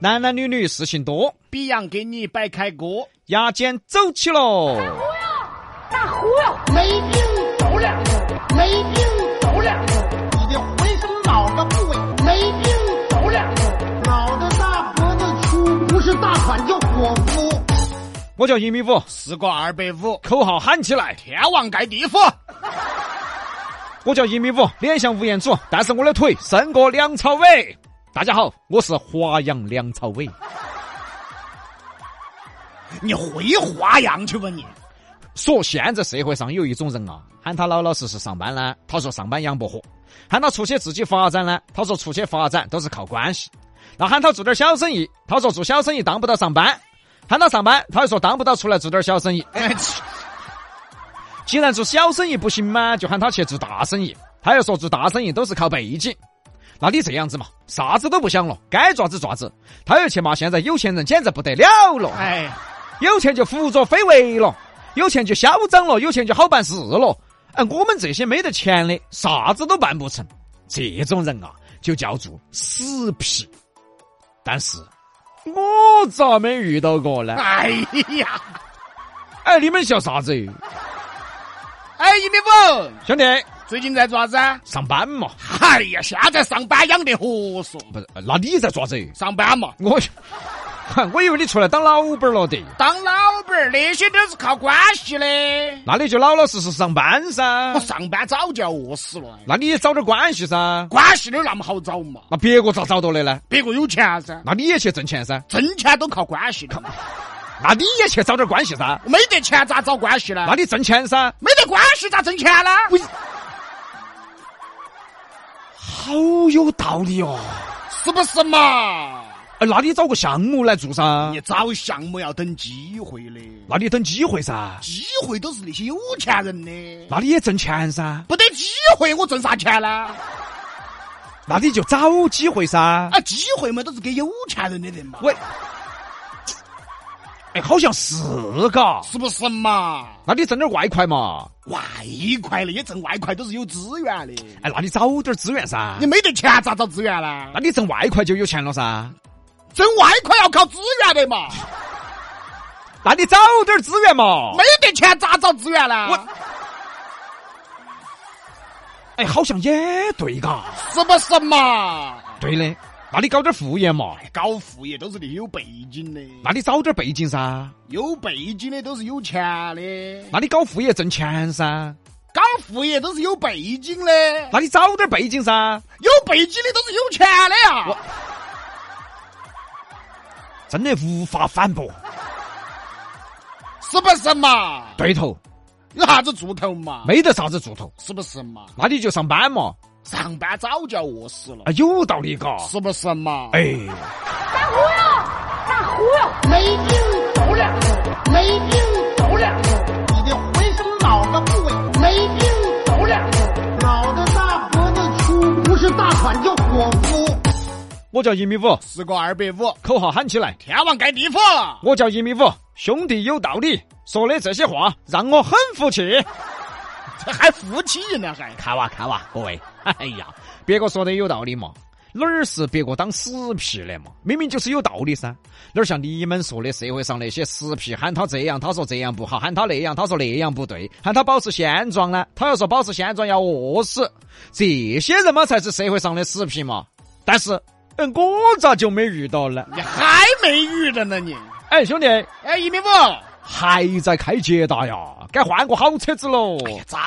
男男女女事情多，比洋给你摆开锅。牙尖走起喽！大忽悠，没病走两步，没病走两步，你的浑身脑子部位没病走两步，脑袋大脖子粗，不是大款叫伙夫。我叫一米五，是个二百五，口号喊起来！天王盖地虎。我叫一米五，脸像吴彦祖，但是我的腿胜过梁朝伟。大家好，我是华阳梁朝伟。你会花样去吧你？说现在社会上有一种人啊，喊他老老实实上班呢，他说上班养不活；喊他出去自己发展呢，他说出去发展都是靠关系；那喊他做点小生意，他说做小生意当不到上班；喊他上班，他又说当不到出来做点小生意。哎既然做小生意不行嘛，就喊他去做大生意，他又说做大生意都是靠背景。那你这样子嘛，啥子都不想了，该爪子爪子，他又去骂现在有钱人简直不得了了。哎，有钱就胡作非为了，有钱就嚣张了，有钱就好办事了。哎，我们这些没得钱的，啥子都办不成。这种人啊，就叫做死皮。但是，我咋没遇到过呢？哎呀，哎，你们笑啥子？哎，一米五，兄弟，最近在做啥子？上班嘛？哎呀，现在上班养得合适，不是，那你在做啥子？上班嘛，我， 哼我以为你出来当老板了的。当老板儿那些都是靠关系的。那你就老老实实上班噻我。上班早就要饿死了，那你也找点关系噻。关系都那么好找嘛？那别个咋找到的呢？别个有钱噻，那你也去挣钱噻。挣钱都靠关系的，那你也去找点关系噻。没得钱咋找关系呢那？你挣钱噻，没得关系咋挣钱呢？好有道理哦。是不是嘛？哎，那你找个项目来做噻，你找项目要等机会的，那你等机会噻，机会都是那些有钱人的，那你也挣钱噻，不得机会我挣啥钱呢？那你就找机会噻。啊，机会嘛都是给有钱人的人嘛，喂，哎，好像是嘎。是不是嘛？那你挣点外快嘛？外快那些挣外快都是有资源的，哎，那你找点资源噻你。没得钱咋找资源呢那？你挣外快就有钱了噻。挣外快要靠资源的嘛，那你找点资源嘛？没得钱咋找资源呢？我哎，好像也对嘎。是不是嘛？对的，那你搞点副业嘛？搞副业都是那些有背景的，那你找点背景噻。有背景的都是有钱的。那你搞副业挣钱噻。搞副业都是有背景的，那你找点背景噻，有背景的都是有钱的呀、真的无法反驳。是不是嘛？对头，有啥子住头嘛？没得啥子住头，是不是嘛？那你就上班嘛，上班早就要饿死了啊，，有道理嘎。是不是嘛？哎，大忽悠，大忽悠，没病走两步，没病走两步，你的浑身脑子部位没病走两步，脑袋大脖子粗，不是大款叫伙夫。我叫一米五，是个二百五，口号喊起来。天王盖地虎，我叫一米五，兄弟有道理，说的这些话让我很服气。这还夫妻呢还？看哇看哇，各位，哎呀，别个说的有道理嘛，哪儿是别个当死皮的嘛？明明就是有道理噻，哪儿像你们说的社会上那些死皮，喊他这样，他说这样不好；喊他那样，他说那样不对；喊他保持现状呢，他又说保持现状要饿死。这些人嘛，才是社会上的死皮嘛。但是，嗯，我咋就没遇到呢？你还没遇着呢你？哎，兄弟，哎，一米五，还在开捷达呀？该换个好车子喽。早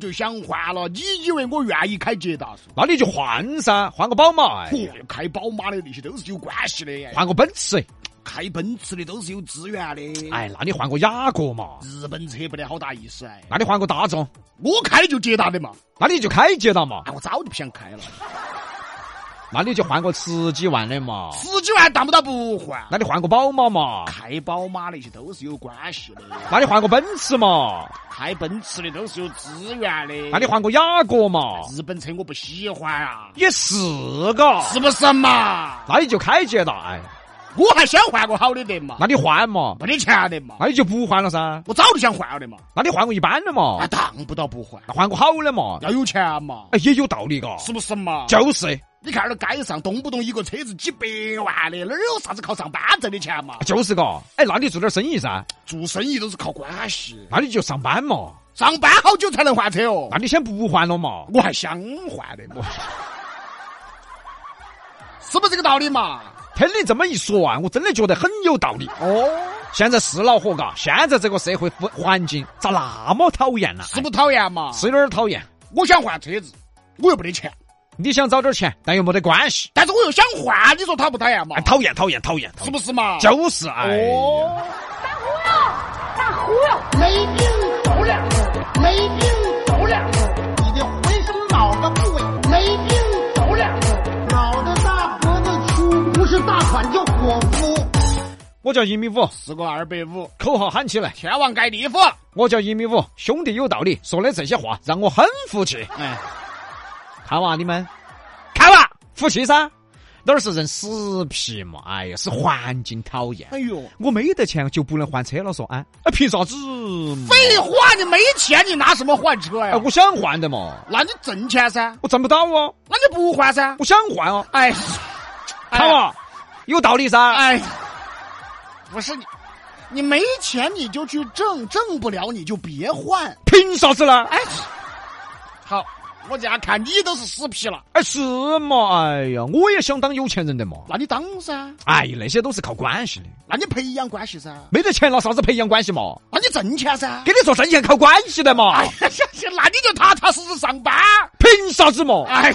就想换了，你以为我愿意开捷达是吧？那你就换噻，换个宝马，哎啊嚯，开宝马的那些都是有关系的，哎换个奔驰。开奔驰的都是有资源的。哎，那你换个雅阁嘛？日本车不得好大意思哎，那你换个大众，我开就捷达的嘛，啊那你就开捷达嘛？哎，我早就不想开了。那你就换个十几万的嘛，十几万当不到不换，那你换个宝马嘛，开宝马那些都是有关系的，哎那你换个奔驰嘛，开奔驰的都是有资源的。哎那你换个雅阁嘛，日本车我不喜欢啊，也是嘎，是不是嘛？那你就开捷达，哎我还想换个好的得嘛，那你换嘛，没得钱的嘛，那你就不换了噻，我早就想换了的嘛，那你换个一般的嘛那，当不到不换，那换个好的嘛，要有钱嘛，哎，也有道理嘎，是不是嘛？就是，你看那街上动不动一个车子几百万的，哪有啥子靠上班挣的钱嘛？就是嘎，哎，那你做点生意噻，做生意都是靠关系，那你就上班嘛，上班好久才能换车哦那。你先不换了嘛，我还想换的嘛，是不是这个道理嘛？听你这么一说啊，我真的觉得很有道理。哦，现在是恼火嘎，现在这个社会环环境咋那么讨厌呢、是不讨厌嘛？是有点讨厌。我想换车子，我又没得钱，你想找点钱，但又没得关系，但是我又想换，你说讨不讨厌嘛？哎，讨厌讨厌讨厌，讨是厌不是嘛？就是哎呀，哦，大忽悠，没病走两步，没病走两步，你的浑身脑子部位，没病走两步。脑袋大脖子粗，不是大款叫伙夫。我叫一米五，是个二百五，口号喊起来，天王盖地虎。我叫一米五，兄弟有道理，说的这些话让我很服气。哎，看娃你们，看吧，服气噻？哪儿是人死皮嘛？哎呀，是环境讨厌。哎呦，我没得钱就不能换车了，说哎，哎，凭啥子嘛？废话，你没钱，你拿什么换车呀？哎，我想换的嘛，那你挣钱噻，我挣不到啊，那你不换噻？我想换啊。哎，看哎，嘛，有道理噻。哎，不是你，你没钱你就去挣，挣不了你就别换。凭啥子呢？哎，好，我这样看你都是死皮了，哎，是嘛？哎呀，我也想当有钱人的嘛。那你当噻，哎，那些都是靠关系的，那你培养关系噻，没得钱拿啥子培养关系嘛？那你挣钱噻。跟你说挣钱靠关系的嘛哎？呀，行 那你就踏踏实实上班。凭啥子嘛？哎，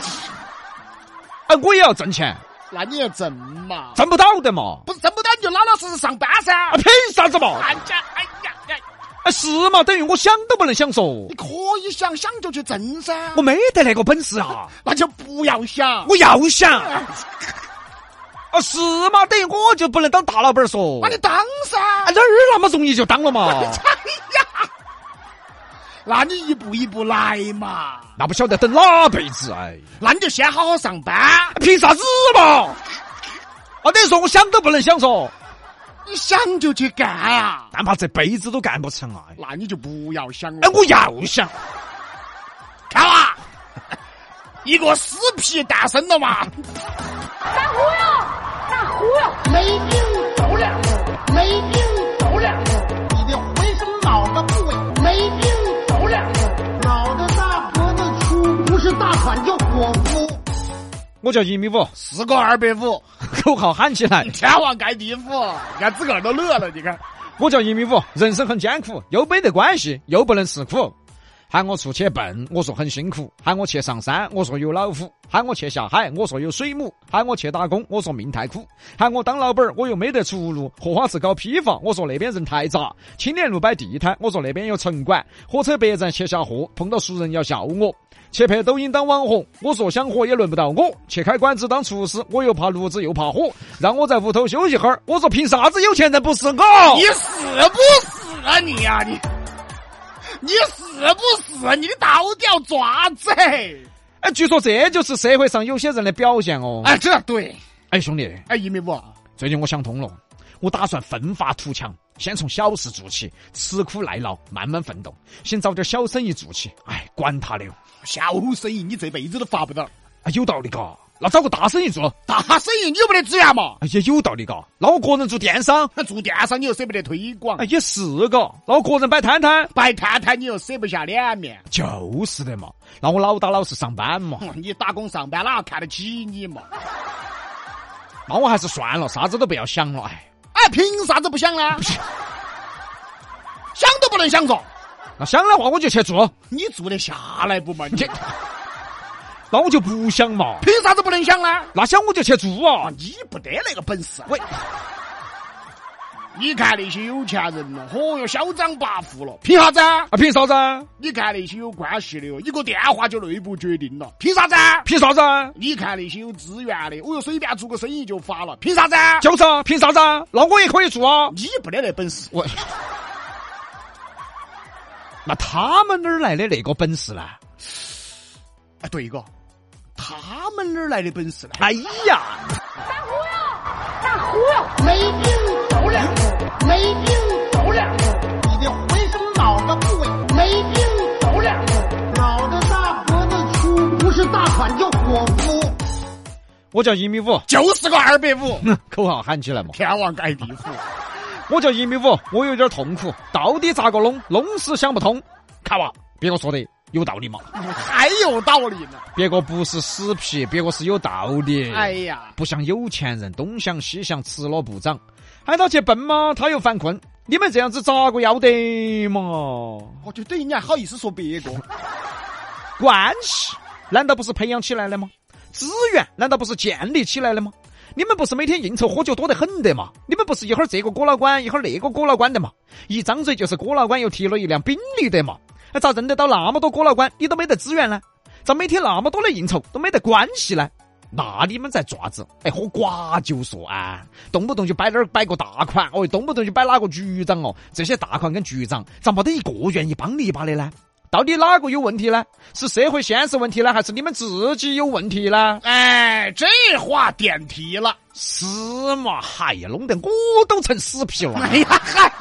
哎，我也要挣钱，那你也挣嘛，挣不到的嘛？不是挣不到你就老老实实上班噻。啊，凭啥子嘛？哎呀，哎呀，哎，哎，是嘛？等于我想都不能想说你，可以想想就去挣噻，我没得那个本事啊，那就不要想。我要想。哎啊，是嘛？等于我就不能当大老板儿说，那你当噻。哎哪儿那么容易就当了 嘛？哎呀，那你一步一步来嘛，那不晓得等哪辈子哎。那你就先好好上班。凭啥子嘛？啊，等于说我想都不能想说，你想就去干啊，但怕这辈子都干不成啊！那你就不要想了。哎，我要想，看啊， 一个死皮诞生了嘛，大忽悠，大忽悠，没病走两步，没病走两步，你的浑身脑子部位，没病走两步。脑袋大脖子粗，不是大款叫伙夫。 我叫一米五，是个二百五，口号喊起来，天王盖地虎，俺自个儿都乐了，你看。我叫一米五，人生很艰苦，又没得关系，又不能吃苦。喊我出去蹦，我说很辛苦；喊我去上山，我说有老虎；喊我去下海，我说有水母；喊我去打工，我说命太苦；喊我当老板儿，我又没得出路。荷花池搞批发，我说那边人太杂；青年路摆地摊，我说那边有城管；火车北站去下货，碰到熟人要笑我；去拍抖音当网红，我说想火也轮不到我；去开馆子当厨师，我又怕炉子又怕火，让我在屋头休息会儿，我说凭啥子有钱人不是我？你是不是啊你呀、你？你是不是你到底要爪子？哎，据说这就是社会上有些人的表现哦。哎，哎，这对，哎，兄弟，哎，一米五，最近我想通了，我打算奋发图强，先从小事做起，吃苦耐劳，慢慢奋斗，先找点小生意做起。哎，管他的哟，小生意你这辈子都发不到，哎，有道理嘎。那找个大生意做，大生意你又没得资源嘛，哎，也有道理嘎。那我个人做电商，做电商你又舍不得推广哎，，也是嘎。那我个人摆摊摊，摆摊摊你又舍不下脸面。就是的嘛。那我老打老实上班嘛，哼你打工上班哪看得起你嘛？那我还是算了，啥子都不要想了。哎，哎，凭啥子不想呢？想都不能想着，那想的话我就去做，你做得下来不嘛？你这 那我就不想嘛。 凭啥子不能想呢？哦那想我就去做啊啊，。你不得那个本事啊！喂，你看那些有钱人了，嚯哟，嚣张跋扈了，凭啥子啊？啊，凭啥子啊？你看那些有关系的哟，一个电话就内部决定了，凭啥子啊？凭啥子啊？你看那些有资源的，哦哟，随便做个生意就 发了，凭啥子啊？就是啊，凭啥子啊？那我也可以做啊！你不得那本事，我， 那他们哪儿来的那个本事呢？哎，对个，他们哪儿来的本事呢？哎呀！大忽悠，大忽悠，没病走两步，没病走两步，你的浑身脑子部位，没病走两步。脑袋大脖子粗，不是大款叫伙夫。我叫一米五，就是个二百五，口号喊起来嘛！天王盖地虎。我叫一米五，我有点痛苦，到底咋个弄？弄死想不通。看哇，别个说的有道理嘛？还有道理呢。别个不是死皮，别个是有道理。哎呀，不像有钱人东想西想，吃了不长，喊他去奔嘛，他又犯困。你们这样子咋个要得嘛？我就对你还好意思说别个？关系难道不是培养起来的吗？资源难道不是建立起来的吗？你们不是每天应酬喝酒多得很的嘛？你们不是一会儿这个哥老倌，一会儿那个哥老倌的嘛？一张嘴就是哥老倌，又提了一辆宾利的嘛？哎咋认得到那么多哥老倌？你都没得资源呢？咋每天那么多的应酬都没得关系呢？那你们在爪子？哎，喝瓜就说啊，动不动就摆那儿摆个大款，哦，动不动就摆哪个局长哦，这些大款跟局长咋没得一个愿意帮你一把的呢？到底哪个有问题呢？是社会现实问题呢，还是你们自己有问题呢？哎，这话点题了。是嘛？嗨呀，弄得我都成死皮了，啊哎呀，嗨，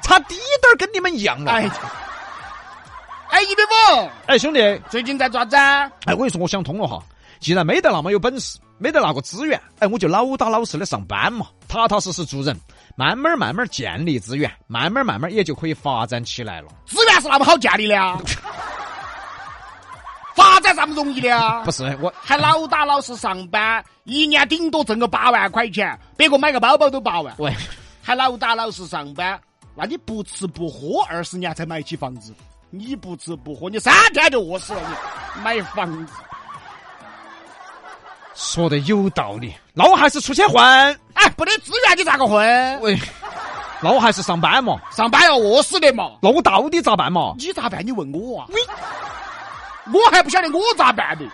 差滴点儿跟你们一样了。哎哎，哎，一百五，兄弟，最近在做啥子啊？哎，我跟你说，我想通了哈。既然没得那么有本事，没得那个资源，哎，我就老打老实的上班嘛，踏踏实实做人，慢慢慢慢建立资源，慢慢慢慢也就可以发展起来了。资源是那么好建立的啊？发展那么容易的啊不？是我，还老打老实上班，一年顶多挣个八万块钱，别个买个包包都八万，喂，还老打老实上班，那你不吃不喝二十年才买起房子，你不吃不喝，你三天就饿死了你，买房子。说的有道理，那我还是出去混。哎，不得资源你咋个混？喂，那我还是上班嘛，上班要饿死的嘛！那我到底咋办嘛？你咋办？你问我啊？我还不晓得我咋办的，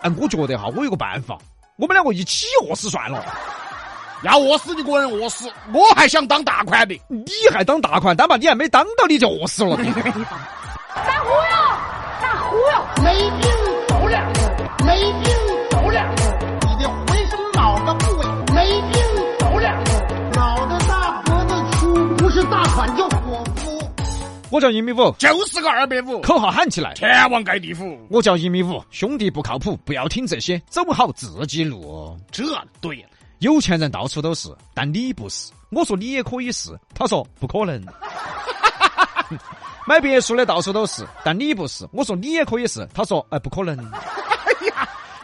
哎，我觉得哈，我有个办法，我们两个一起饿死算了。要饿死你个人饿死，我还想当大款的。你还当大款单嘛？你还没当到你就 饿死了。大忽悠，大忽悠，没病走两步，没病走两步，你的浑身脑子部位，没病走两步。脑袋大脖子粗，不是大款叫伙夫。我叫一米五，就是个二百五，口号喊起来。天王盖地虎，我叫一米五，兄弟不靠谱，不要听这些，走好自己路。这对了。有钱人到处都是，但你不是。我说你也可以是，他说不可能。 买别墅的到处都是，但你不是。我说你也可以是，他说哎不可能。哎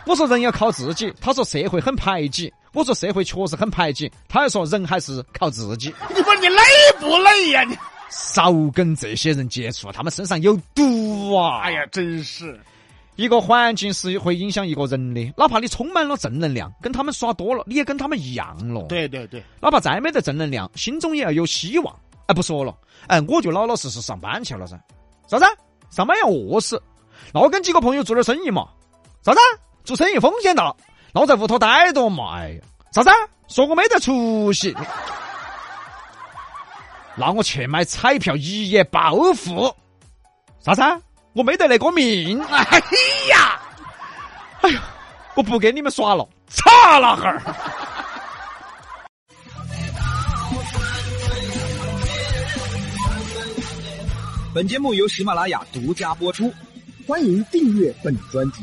我说人要靠自己，他说社会很排挤。我说社会确实很排挤，他还说人还是靠自己。你说你累不累呀、你少跟这些人接触，他们身上有毒啊！哎呀，真是一个环境是会影响一个人的，哪怕你充满了正能量，跟他们耍多了，你也跟他们一样了。，对对对，哪怕再没得正能量，心中也要有希望。哎，不说了，哎，我就老老实实上班去了噻。啥子？上班要饿死？那我跟几个朋友做点生意嘛。啥子？做生意风险大，那我在屋头待着嘛。哎呀，啥子？说我没得出息？ 那我去买彩票一夜暴富？啥子？我没得那个命。哎呀，哎我不跟你们耍了，擦了哈儿。本节目由喜马拉雅独家播出。欢迎订阅本专辑。